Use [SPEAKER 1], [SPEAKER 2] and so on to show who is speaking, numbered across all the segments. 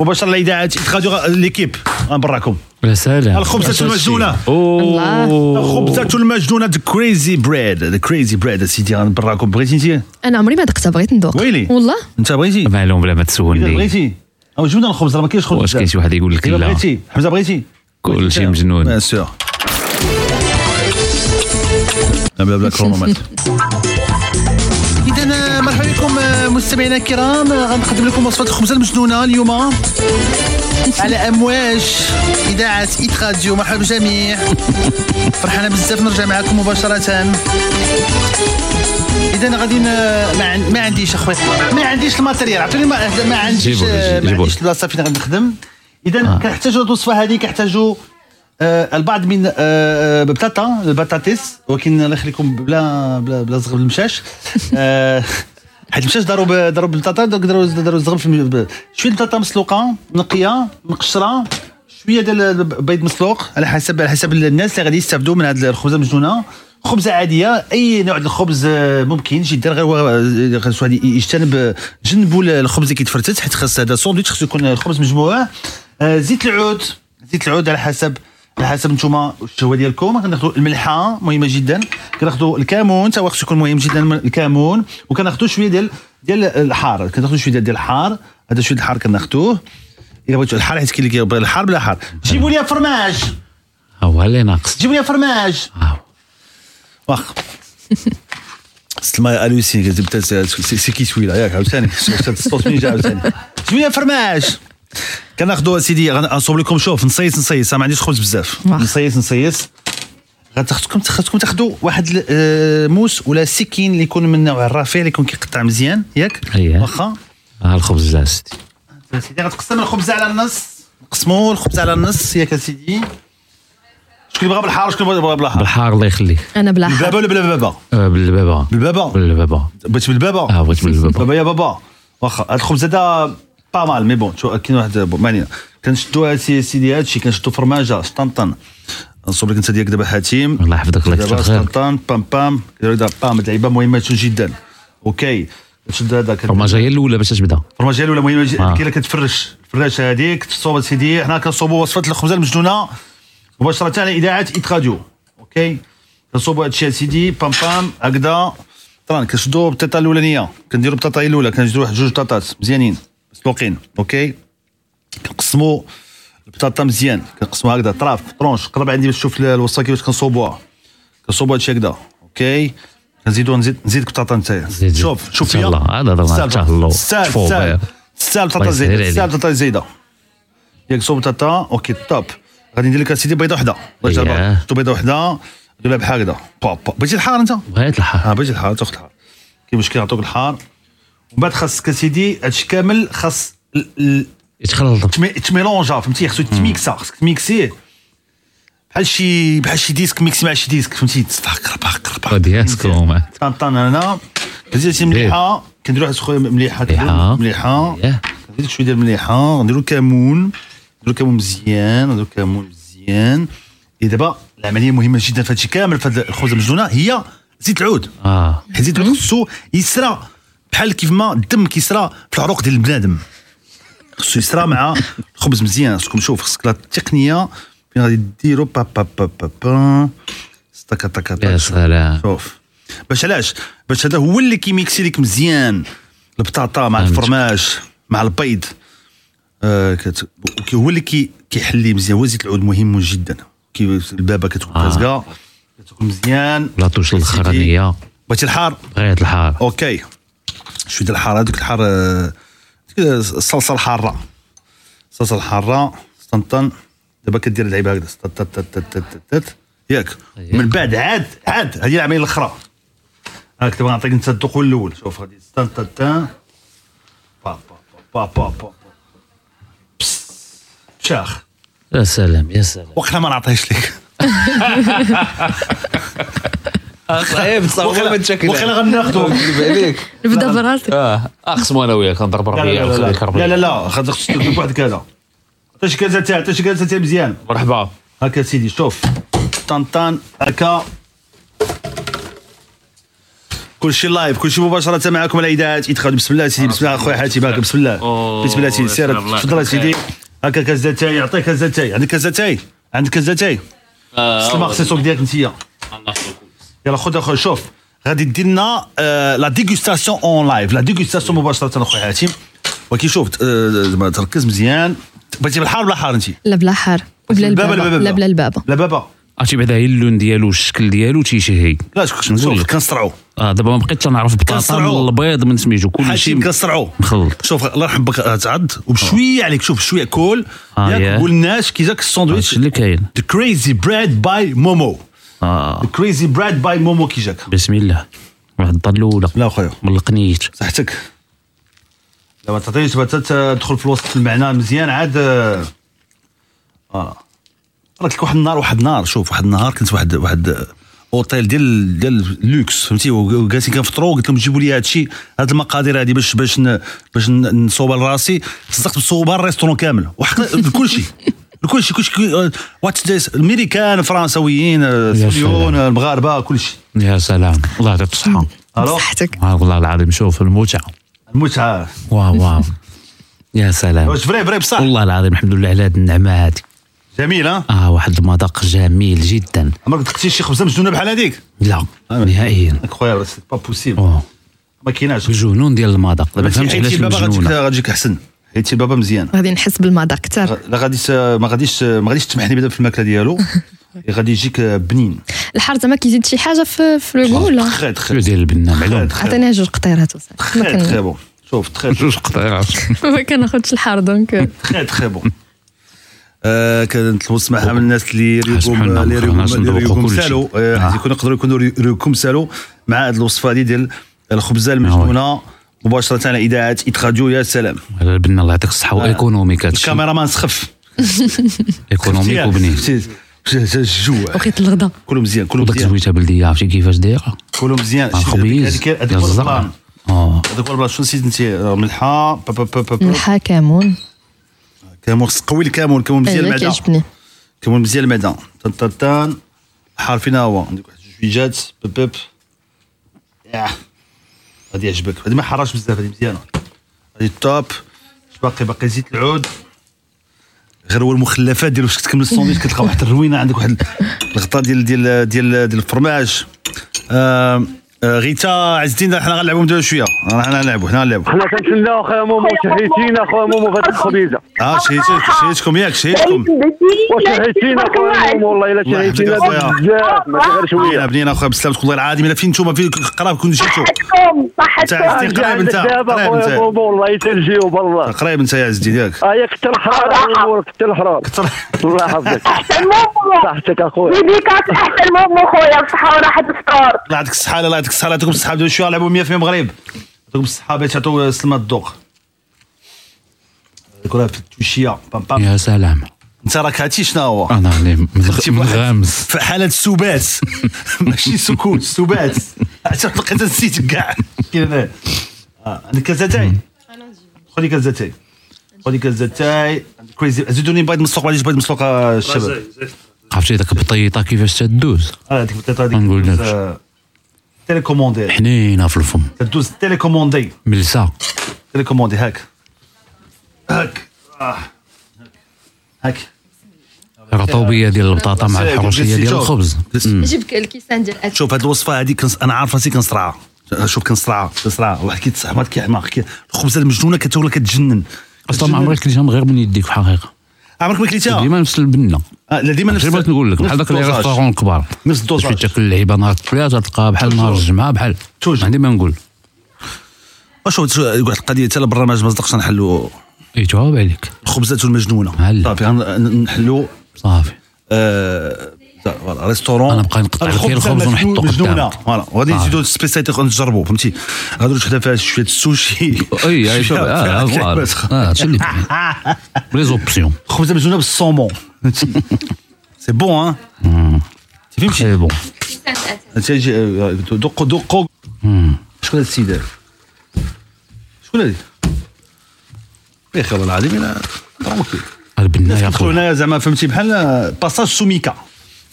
[SPEAKER 1] مباشره الاذاعه تخرجوا ليكيب غنبراكم
[SPEAKER 2] يا سلام
[SPEAKER 1] الخبزه المجنونه
[SPEAKER 2] اوه
[SPEAKER 1] الخبزه المجنونه ذا كريزي بريد ذا كريزي بريد اسيدي غنبراكم بغيتي انت
[SPEAKER 3] انا عمري ما دقتها بغيت ندوق
[SPEAKER 1] ويلي.
[SPEAKER 3] والله
[SPEAKER 1] انت بغيتي
[SPEAKER 2] معلوم بلا ما
[SPEAKER 1] إذا
[SPEAKER 2] تسولني
[SPEAKER 1] بغيتي او جبنا الخبزه راه ما كاينش خبز
[SPEAKER 2] واش كاين شي واحد يقول لك
[SPEAKER 1] إذا
[SPEAKER 2] لا
[SPEAKER 1] بغيتي حمزه بغيتي
[SPEAKER 2] كل شيء
[SPEAKER 1] بيان
[SPEAKER 2] مجنون
[SPEAKER 1] سور لا بلا بلا كرونومتر
[SPEAKER 4] اذا مرحبا بكم آه، مستمعينا الكرام آه، غنقدم لكم وصفه الخبزه المجنونه اليوم على امواج اذاعه ايت راديو مرحبا بالجميع فرحانه بزاف نرجع معكم مباشره اذا غادي ن- ما, عن- ما عنديش اخويا ما عنديش الماتيريال عطوني ما, ما عنديش
[SPEAKER 2] جيبوه،
[SPEAKER 4] آه، ما
[SPEAKER 2] جيبوه.
[SPEAKER 4] عنديش البلاصه فين غادي نخدم اذا كنحتاجوا هذه الوصفه هذه كنحتاجوا آه، البعض من آه، آه، بطاطا البطاطس ولكن الله يخليكم بلا بلا بلا زغب المشاش آه، حيت المشاش داروا ب- داروا بالبطاطا دونك داروا داروا الزغب في الم- ب- شويه البطاطا مسلوقه نقيه مقشره شويه ديال البيض مسلوق على حسب على حسب الناس اللي غادي يستافدوا من هذه الخبزه المجنونه خبزه عاديه اي نوع من الخبز آه، ممكن جدا غير هو، آه، خاص واحد يجتنب جنبوا الخبز اللي كيتفرتت حيت خاص هذا ساندويتش خاص يكون الخبز مجموعه آه، زيت العود زيت العود على حسب على حسب نتوما الشهوه ديالكم كناخذوا الملحه مهمه جدا كناخذوا الكمون تا هو خصو يكون مهم جدا الكمون وكناخذوا شويه ديال ديال الحار كناخذوا شويه ديال ديال الحار هذا شويه الحار كناخذوه الا بغيتوا الحار حيت كاين اللي كيبغي الحار بلا حار جيبوا لي فرماج
[SPEAKER 2] ها هو اللي ناقص
[SPEAKER 4] جيبوا لي فرماج
[SPEAKER 2] ها هو.
[SPEAKER 1] واخ سلمى الوسين قالت بتا سي سي كي سويلا ياك عاوتاني شفت هاد الصوت من جا عاوتاني شويه فرماج كناخذوا اسيدي غنصوب لكم شوف نصيص نصيص أنا ما عنديش خبز بزاف
[SPEAKER 3] واخ.
[SPEAKER 1] نصيص نصيص غتخصكم خصكم تاخذوا واحد ال- آه، موس ولا سكين اللي يكون من النوع الرفيع اللي يكون كيقطع مزيان ياك
[SPEAKER 2] أيه.
[SPEAKER 1] واخا
[SPEAKER 2] ها الخبز لا سيدي
[SPEAKER 1] سيدي غتقسم الخبزه على النص نقسموا الخبزه على النص ياك اسيدي شكون يبغى بالحار شكون يبغى بلا حار
[SPEAKER 2] بالحار الله يخليك
[SPEAKER 3] انا بلا حق.
[SPEAKER 1] بالبابا ولا بلا بابا
[SPEAKER 2] آه، بالبابا
[SPEAKER 1] بالبابا
[SPEAKER 2] بالبابا
[SPEAKER 1] بغيت بالبابا
[SPEAKER 2] اه بغيت بالبابا
[SPEAKER 1] بابا يا بابا واخا هاد الخبز هذا با مال مي بون شو كاين واحد بون ما علينا كنشدو هاد سي سيدي هادشي كنشدو فرماجه شطنطن نصوب لك انت ديالك دابا حاتيم
[SPEAKER 2] الله يحفظك الله يكثر
[SPEAKER 1] دابا
[SPEAKER 2] خيرك
[SPEAKER 1] شطنطن بام بام دابا بام هاد اللعيبه مهمه جدا اوكي كتشد هذا كت-
[SPEAKER 2] الفرماجه هي الاولى باش تبدا
[SPEAKER 1] فرماجه ولا مهمه جدا
[SPEAKER 2] آه.
[SPEAKER 1] كي لا كتفرش الفراشه هذيك تصوب سيدي حنا كنصوبوا وصفه الخبزه المجنونه مباشره على اذاعه ايت راديو اوكي كنصوبوا هادشي سيدي بام بام هكذا طران كنشدوا البطاطا الاولانيه كنديروا البطاطا الاولى كنجدوا واحد جوج بطاطات مزيانين مسلوقين اوكي كنقسموا البطاطا مزيان كنقسموها هكذا طراف طرونش قرب عندي باش تشوف الوصفه كيفاش كنصوبوها كنصوبوا هادشي هكذا اوكي كنزيدوا نزيد نزيدك بطاطا نتايا
[SPEAKER 2] زيد- زيد.
[SPEAKER 1] شوف شوف
[SPEAKER 2] إن شاء الله. هذا هضرنا
[SPEAKER 1] تستاهل-
[SPEAKER 2] إن شاء الله.
[SPEAKER 1] تستاهل
[SPEAKER 2] شوف،
[SPEAKER 1] تستاهل
[SPEAKER 2] يا.
[SPEAKER 1] تستاهل بطاطا
[SPEAKER 2] الله يسهل
[SPEAKER 1] زايده
[SPEAKER 2] عليك.
[SPEAKER 1] تستاهل بطاطا زايده ياك صوب بطاطا اوكي توب غادي ندير لك اسيدي بيضه وحده الله يجعل
[SPEAKER 2] إيه.
[SPEAKER 1] بركة. شتو بيضه وحده ديرها بحال هكذا با با بغيتي الحار انت
[SPEAKER 2] بغيت الحار
[SPEAKER 1] اه بغيتي الحار تاخذ الحار كيفاش كيعطوك الحار ومن بعد خاصك اسيدي هادشي كامل خاص ال- ال-
[SPEAKER 2] يتخلط
[SPEAKER 1] تمي- تميلونجا فهمتي خصو تميكسا خصك تميكسيه بحال شي بحال شي ديسك ميكسي مع شي ديسك فهمتي تصفح قرب قرب
[SPEAKER 2] ودياسكم
[SPEAKER 1] طنطان هنا كنزيد شي مليحه كنديرو واحد شويه مليحه كنديرو
[SPEAKER 2] مليحه
[SPEAKER 1] مليحه
[SPEAKER 2] إيه.
[SPEAKER 1] كندير شويه ديال المليحه نديرو كمون نديرو كمون مزيان نديرو كمون مزيان إيه دابا العمليه مهمه جدا في هادشي كامل في هاد الخبزه المجنونه هي زيت العود
[SPEAKER 2] اه
[SPEAKER 1] حيت زيت العود خصو يسرى بحال كيف ما الدم كيسرى في العروق ديال البنادم خصو يسرى مع الخبز مزيان خصكم شوف خصك لا التقنيه فين غادي ديرو با با با با با تاكا تاكا
[SPEAKER 2] يا
[SPEAKER 1] تاكا
[SPEAKER 2] سلام
[SPEAKER 1] شوف باش علاش باش هذا هو اللي كيميكسي لك مزيان البطاطا مع
[SPEAKER 2] فهمتك.
[SPEAKER 1] الفرماج مع البيض آه كت... وكي- هو اللي كي... كيحلي مزيان هو زيت العود مهم جدا كي البابه كتكون
[SPEAKER 2] آه.
[SPEAKER 1] لازقه كتكون مزيان
[SPEAKER 2] بلاطوش
[SPEAKER 1] سيدي.
[SPEAKER 2] الخرانيه
[SPEAKER 1] بغيتي الحار
[SPEAKER 2] بغيت الحار
[SPEAKER 1] اوكي شويه ديال الحار هذوك الحار آه، ديك الصلصه الحاره الصلصه الحاره طنطن دابا كدير اللعيبه هكذا طت- طت- طت- طت- طت- طت. ياك
[SPEAKER 2] أيه.
[SPEAKER 1] من بعد عاد عاد هذه العمليه الاخرى هاك تبغى نعطيك انت الدخول الاول شوف غادي طن- طن- طن. با با با با با با بس. شاخ
[SPEAKER 2] يا سلام يا سلام
[SPEAKER 1] وقنا ما نعطيهش لك
[SPEAKER 2] صعيب
[SPEAKER 1] وقنا وقنا غناخذو
[SPEAKER 3] نبدا براسك
[SPEAKER 2] اه اقسم انا وياك نضرب
[SPEAKER 1] لا
[SPEAKER 2] ربيع
[SPEAKER 1] لا
[SPEAKER 2] وخليك
[SPEAKER 1] لا لا
[SPEAKER 2] ربيع
[SPEAKER 1] لا لا خاصك تشد بواحد كذا عطيش كذا تاع عطيش كذا تاع مزيان
[SPEAKER 2] مرحبا
[SPEAKER 1] هكا سيدي شوف طنطان هكا كل شيء لايف كل شيء مباشره معكم على اذاعه إدخال بسم الله سيدي بسم الله اخويا حاتي معك بسم الله
[SPEAKER 2] أوه،
[SPEAKER 1] بسم الله سيدي
[SPEAKER 2] يا
[SPEAKER 1] سير
[SPEAKER 2] سلام، الله
[SPEAKER 1] تفضل يا
[SPEAKER 2] يخليك.
[SPEAKER 1] سيدي هكا كاس ديال تاي يعطيك كاس ديال تاي عندك كاس ديال تاي عندك كاس ديال تاي
[SPEAKER 2] آه،
[SPEAKER 1] سلمى خصي الصوب ديالك انت يلا خذ اخويا شوف غادي دير لنا آه، لا ديغوستاسيون اون لايف لا ديغوستاسيون مباشره اخويا حاتم ولكن شوف آه، زعما تركز مزيان بغيتي بالحار ولا حار انت
[SPEAKER 3] لا بلا حار وبلا
[SPEAKER 1] البابا، البابا.
[SPEAKER 3] البابا لا بلا البابا
[SPEAKER 1] لا بابا
[SPEAKER 2] عرفتي بعدا غير اللون ديالو الشكل ديالو تيشهي
[SPEAKER 1] لا شوف
[SPEAKER 2] نقول
[SPEAKER 1] شوف،
[SPEAKER 2] لك
[SPEAKER 1] كنصرعوا
[SPEAKER 2] اه دابا ما بقيتش نعرف البطاطا
[SPEAKER 1] كنصرعو.
[SPEAKER 2] من البيض من سميتو كل
[SPEAKER 1] حاشي
[SPEAKER 2] شيء
[SPEAKER 1] كنصرعوا
[SPEAKER 2] مخلط
[SPEAKER 1] شوف الله يرحمك تعض وبشويه عليك شوف شويه كول
[SPEAKER 2] آه،
[SPEAKER 1] ياك
[SPEAKER 2] ياه.
[SPEAKER 1] والناس كي جاك الساندويتش
[SPEAKER 2] هادشي اللي كاين
[SPEAKER 1] ذا كريزي بريد باي مومو
[SPEAKER 2] اه
[SPEAKER 1] ذا كريزي بريد باي مومو كي جاك
[SPEAKER 2] بسم الله واحد الضال الاولى
[SPEAKER 1] لا خويا
[SPEAKER 2] من القنيت
[SPEAKER 1] صحتك لا ما تعطينيش ما تت- تدخل في الوسط المعنى مزيان عاد اه قالت لك واحد النهار واحد النهار شوف واحد النهار كنت واحد واحد اوتيل ديال ديال لوكس فهمتي وجالسين كنفطروا قلت لهم جيبوا لي هذا الشيء هاد المقادير هذه باش باش ن- باش ن- نصوبها لراسي صدقت بصوبها الريستورون كامل وحق لكل شيء لكل شيء كل شيء واتس ذيس الميريكان فرنساويين آه،
[SPEAKER 2] سلام.
[SPEAKER 1] سوريون آه، المغاربه كل شيء
[SPEAKER 2] يا سلام الله يعطيك الصحة
[SPEAKER 1] الو
[SPEAKER 3] صحتك
[SPEAKER 2] آه، والله العظيم شوف المتعة
[SPEAKER 1] المتعه
[SPEAKER 2] واو واو يا سلام
[SPEAKER 1] واش فري فري بصح
[SPEAKER 2] والله العظيم الحمد لله على هذه النعمة هذه
[SPEAKER 1] جميل ها
[SPEAKER 2] اه واحد المذاق جميل جدا
[SPEAKER 1] عمرك دقتي شي خبزه مجنونه بحال هذيك
[SPEAKER 2] لا
[SPEAKER 1] آه.
[SPEAKER 2] نهائيا
[SPEAKER 1] خويا سي با بوسيبل
[SPEAKER 2] أوه.
[SPEAKER 1] ما كايناش
[SPEAKER 2] الجنون ديال المذاق دابا فهمت
[SPEAKER 1] حيتي
[SPEAKER 2] علاش
[SPEAKER 1] البابا غتجيك
[SPEAKER 2] المجنونة
[SPEAKER 1] غتجيك احسن حيتي البابا مزيان
[SPEAKER 3] غادي نحس بالمذاق كثر
[SPEAKER 1] لا غادي س- ما غاديش ما غاديش تمحني بدا في الماكله ديالو غادي يجيك بنين
[SPEAKER 3] الحار زعما كيزيد شي حاجه في في الكو ولا
[SPEAKER 1] تخي تخي
[SPEAKER 2] شو ديال البنة معلوم
[SPEAKER 3] عطينا جوج قطيرات وصافي.
[SPEAKER 1] تخي
[SPEAKER 3] ما كن-
[SPEAKER 1] تخي بون شوف تخي
[SPEAKER 2] جوج قطيعات
[SPEAKER 3] ما كناخذش الحار دونك
[SPEAKER 1] تخي تخي بون آه كنطلبوا السماحه من الناس اللي ريوكم
[SPEAKER 2] سبحان الله،
[SPEAKER 1] اللي ريوكم
[SPEAKER 2] خلاص
[SPEAKER 1] اللي
[SPEAKER 2] ندوقوا
[SPEAKER 1] ريوكم
[SPEAKER 2] كل شيء.
[SPEAKER 1] سالوا آه،
[SPEAKER 2] آه.
[SPEAKER 1] يكونوا يقدروا يكونوا ري- ريوكم سالوا مع هذه الوصفه هذه ديال الخبزه المجنونه مباشره على اذاعه اتخاديو يا سلام
[SPEAKER 2] على البنة الله يعطيك
[SPEAKER 1] آه.
[SPEAKER 2] الصحة وايكونوميك هادشي
[SPEAKER 1] الكاميرا ما نسخف
[SPEAKER 2] ايكونوميك وبنين
[SPEAKER 1] الجوع
[SPEAKER 3] وقيت الغدا
[SPEAKER 1] كله مزيان كله
[SPEAKER 2] وداك
[SPEAKER 1] مزيان
[SPEAKER 2] زويته بلدية عرفتي كيفاش دايرة آه،
[SPEAKER 1] كله مزيان
[SPEAKER 2] مع الخبيز
[SPEAKER 1] هذيك- هذيك
[SPEAKER 2] ديال
[SPEAKER 1] هو
[SPEAKER 2] الزرع
[SPEAKER 1] البلان
[SPEAKER 2] اه
[SPEAKER 1] هذاك هو البلان شنو نسيت انت آه، ملحه با با با با با.
[SPEAKER 3] ملحه كمون
[SPEAKER 1] كامون خص قوي الكامون كامون مزيان
[SPEAKER 3] ايوا
[SPEAKER 1] المعده
[SPEAKER 3] كيعجبني
[SPEAKER 1] كامون مزيان المعده طن طن طن حارفين ها هو عندك واحد جوج فيجات بب بب ياه. غادي يعجبك هذه ما حراش بزاف هذه مزيانه هذه توب باقي باقي زيت العود غير هو المخلفات ديال واش كتكمل الساندويتش كتلقى واحد الروينه عندك واحد الغطاء ديال ديال ديال ديال الفرماج آم، آه، غيتا عز الدين حنا غنلعبوا من دابا شويه حنا غنلعبوا حنا غنلعبوا
[SPEAKER 5] حنا كنتسناو اخويا مومو شهيتينا اخويا مومو في هاد الخبيزه
[SPEAKER 1] اه شهيتك شهيتكم ياك شهيتكم
[SPEAKER 5] وشهيتينا اخويا مومو والله الا
[SPEAKER 1] الله يحفظك
[SPEAKER 5] شهيتينا
[SPEAKER 1] أخويا.
[SPEAKER 5] بزاف ماشي غير
[SPEAKER 1] يا
[SPEAKER 5] شويه
[SPEAKER 1] بنينا اخويا بسلامتك والله العظيم الا فين نتوما فين قراب كون جيتو تعال.
[SPEAKER 6] صحتكم صحتكم
[SPEAKER 1] أنت قريب أنت،
[SPEAKER 5] عندك دابا
[SPEAKER 1] قريب أنت.
[SPEAKER 5] اخويا مومو والله تنجيو بالله آه،
[SPEAKER 1] قريب انت يا عز الدين ياك
[SPEAKER 5] هيا كثر الحراره أمور، كثر الحراره
[SPEAKER 1] كثر
[SPEAKER 5] الله يحفظك
[SPEAKER 6] احسن مومو
[SPEAKER 5] صحتك اخويا
[SPEAKER 6] بيبيكات احسن مومو خويا بصحة وراحة الفطور
[SPEAKER 1] الله يعطيك الصحه الله يعطيك الصحه الله يعطيكم الصحه بدو شويه لعبوا 100 في المغرب يعطيكم الصحه باش تعطوا سلمى الذوق كره في التوشيه بام بام
[SPEAKER 2] يا آه، سلام يعني
[SPEAKER 1] انت راك هاتي شنو هو
[SPEAKER 2] انا راني
[SPEAKER 1] خدتي بواحد
[SPEAKER 2] مغامس
[SPEAKER 1] في حاله سبات ماشي سكوت سبات حتى لقيت نسيت كاع كاين آه، عندك كازا تاي خذي كازا تاي خذي كازا تاي كريزي زيدوني بيض مسلوق معليش بيض مسلوق آه، الشباب
[SPEAKER 2] عرفتي داك البطيطه كيفاش تدوز
[SPEAKER 1] اه هذيك بطيطه هذيك
[SPEAKER 2] ما نقولكش.
[SPEAKER 1] آه، تيليكوموندي
[SPEAKER 2] حنينه في الفم
[SPEAKER 1] تدوز تيليكوموندي
[SPEAKER 2] ملسه
[SPEAKER 1] تيليكوموندي هاك هاك آه. هاك آه،
[SPEAKER 2] الرطوبيه ديال البطاطا مع الحروشيه ديال الخبز مم.
[SPEAKER 3] جيبك الكيسان ديال الاكل
[SPEAKER 1] شوف هاد الوصفه هذه كنص... انا عارف راسي كنصرعها شوف كنصرعها كنصرعها واحد كيتصحبط كيحماق كي... الخبزه المجنونه كتولى كتجنن
[SPEAKER 2] اصلا ما عمرك كليتهم غير من يديك في الحقيقه
[SPEAKER 1] عمرك ما كليتيها
[SPEAKER 2] ديما نفس البنه
[SPEAKER 1] آه، لا ديما
[SPEAKER 2] شنو
[SPEAKER 1] نفس
[SPEAKER 2] بغيت نقول لك بحال
[SPEAKER 1] نفس
[SPEAKER 2] داك لي
[SPEAKER 1] الدوزاج.
[SPEAKER 2] ريستورون الكبار
[SPEAKER 1] نفس الدوزاج.
[SPEAKER 2] فين تاكل اللعيبه نهار الثلاثه تلقاها بحال نهار الجمعه بحال
[SPEAKER 1] توجد.
[SPEAKER 2] ما عندي ما نقول
[SPEAKER 1] شوف شوف، واحد القضيه حتى البرنامج ما صدقش نحلو
[SPEAKER 2] يتعاوب عليك
[SPEAKER 1] الخبزه المجنونه
[SPEAKER 2] هلا.
[SPEAKER 1] صافي غن- نحلو
[SPEAKER 2] صافي
[SPEAKER 1] آه، فوالا، ريستورون
[SPEAKER 2] أنا بقى نقطع لك غير
[SPEAKER 1] الخبز
[SPEAKER 2] الخبز ونحطو
[SPEAKER 1] المجنون-
[SPEAKER 2] قدامك.
[SPEAKER 1] مجنونة. فوالا وغادي
[SPEAKER 2] آه.
[SPEAKER 1] نزيدو السبيسياليتي خ- نجربو فهمتي غادي نحط فيها شويه السوشي
[SPEAKER 2] اي اي شوف
[SPEAKER 1] شوية فيها
[SPEAKER 2] اه فوالا.
[SPEAKER 1] كيفاش.
[SPEAKER 2] اه هادشي اللي كاين. لي زوبسيون
[SPEAKER 1] خبزه مجنونه بالصومون فهمتي سي بون ها فهمتي
[SPEAKER 2] سي بون
[SPEAKER 1] تيجي آه، دق دق شكون هاد السيد هذا شكون هادي يا اخي والله العظيم انا
[SPEAKER 2] البنه يا
[SPEAKER 1] دخلوا
[SPEAKER 2] خويا
[SPEAKER 1] هنايا زعما فهمتي بحال باساج سوميكا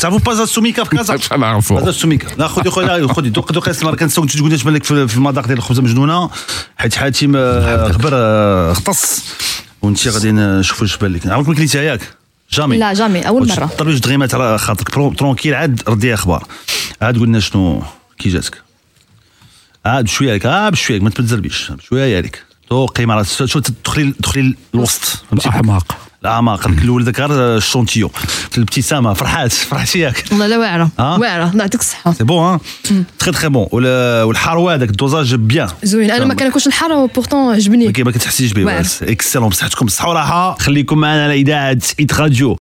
[SPEAKER 1] تعرفوا بازا السميكه في كازا
[SPEAKER 7] شحال نعرفو
[SPEAKER 1] هذا السميكه لا خذي خويا خذي دوق دوق اسمع كان سوق تقول ليش بالك في في المذاق ديال الخبزه مجنونه حيت حاتم آه، خبر آه، اختص وانت غادي نشوفوا اش بان لك عمرك ما كليتيها ياك جامي
[SPEAKER 3] لا جامي اول مره
[SPEAKER 1] الطربيش دغيمات على خاطرك برو- ترونكيل عاد رديها اخبار عاد قلنا شنو كي جاتك عاد بشويه عليك عاد بشويه ما تبتزربيش بشويه عليك توقي مع راسك شو تدخلي تدخلي الوسط فهمتي
[SPEAKER 2] احماق
[SPEAKER 1] الاعماق هذاك الاول ذاك غير الشونتيو الابتسامه فرحات فرحتي ياك
[SPEAKER 3] والله لا واعره
[SPEAKER 1] آه.
[SPEAKER 3] واعره نعطيك الصحه
[SPEAKER 1] سي بون ها
[SPEAKER 3] Mm.
[SPEAKER 1] تخي تخي بون ولا- والحروه هذاك الدوزاج بيان
[SPEAKER 3] زوين انا ما كناكلش الحار وبورتون عجبني
[SPEAKER 1] ما كتحسيش به
[SPEAKER 3] واعر.
[SPEAKER 1] اكسلون بصحتكم الصحه وراحه خليكم معنا على اذاعه ايت راديو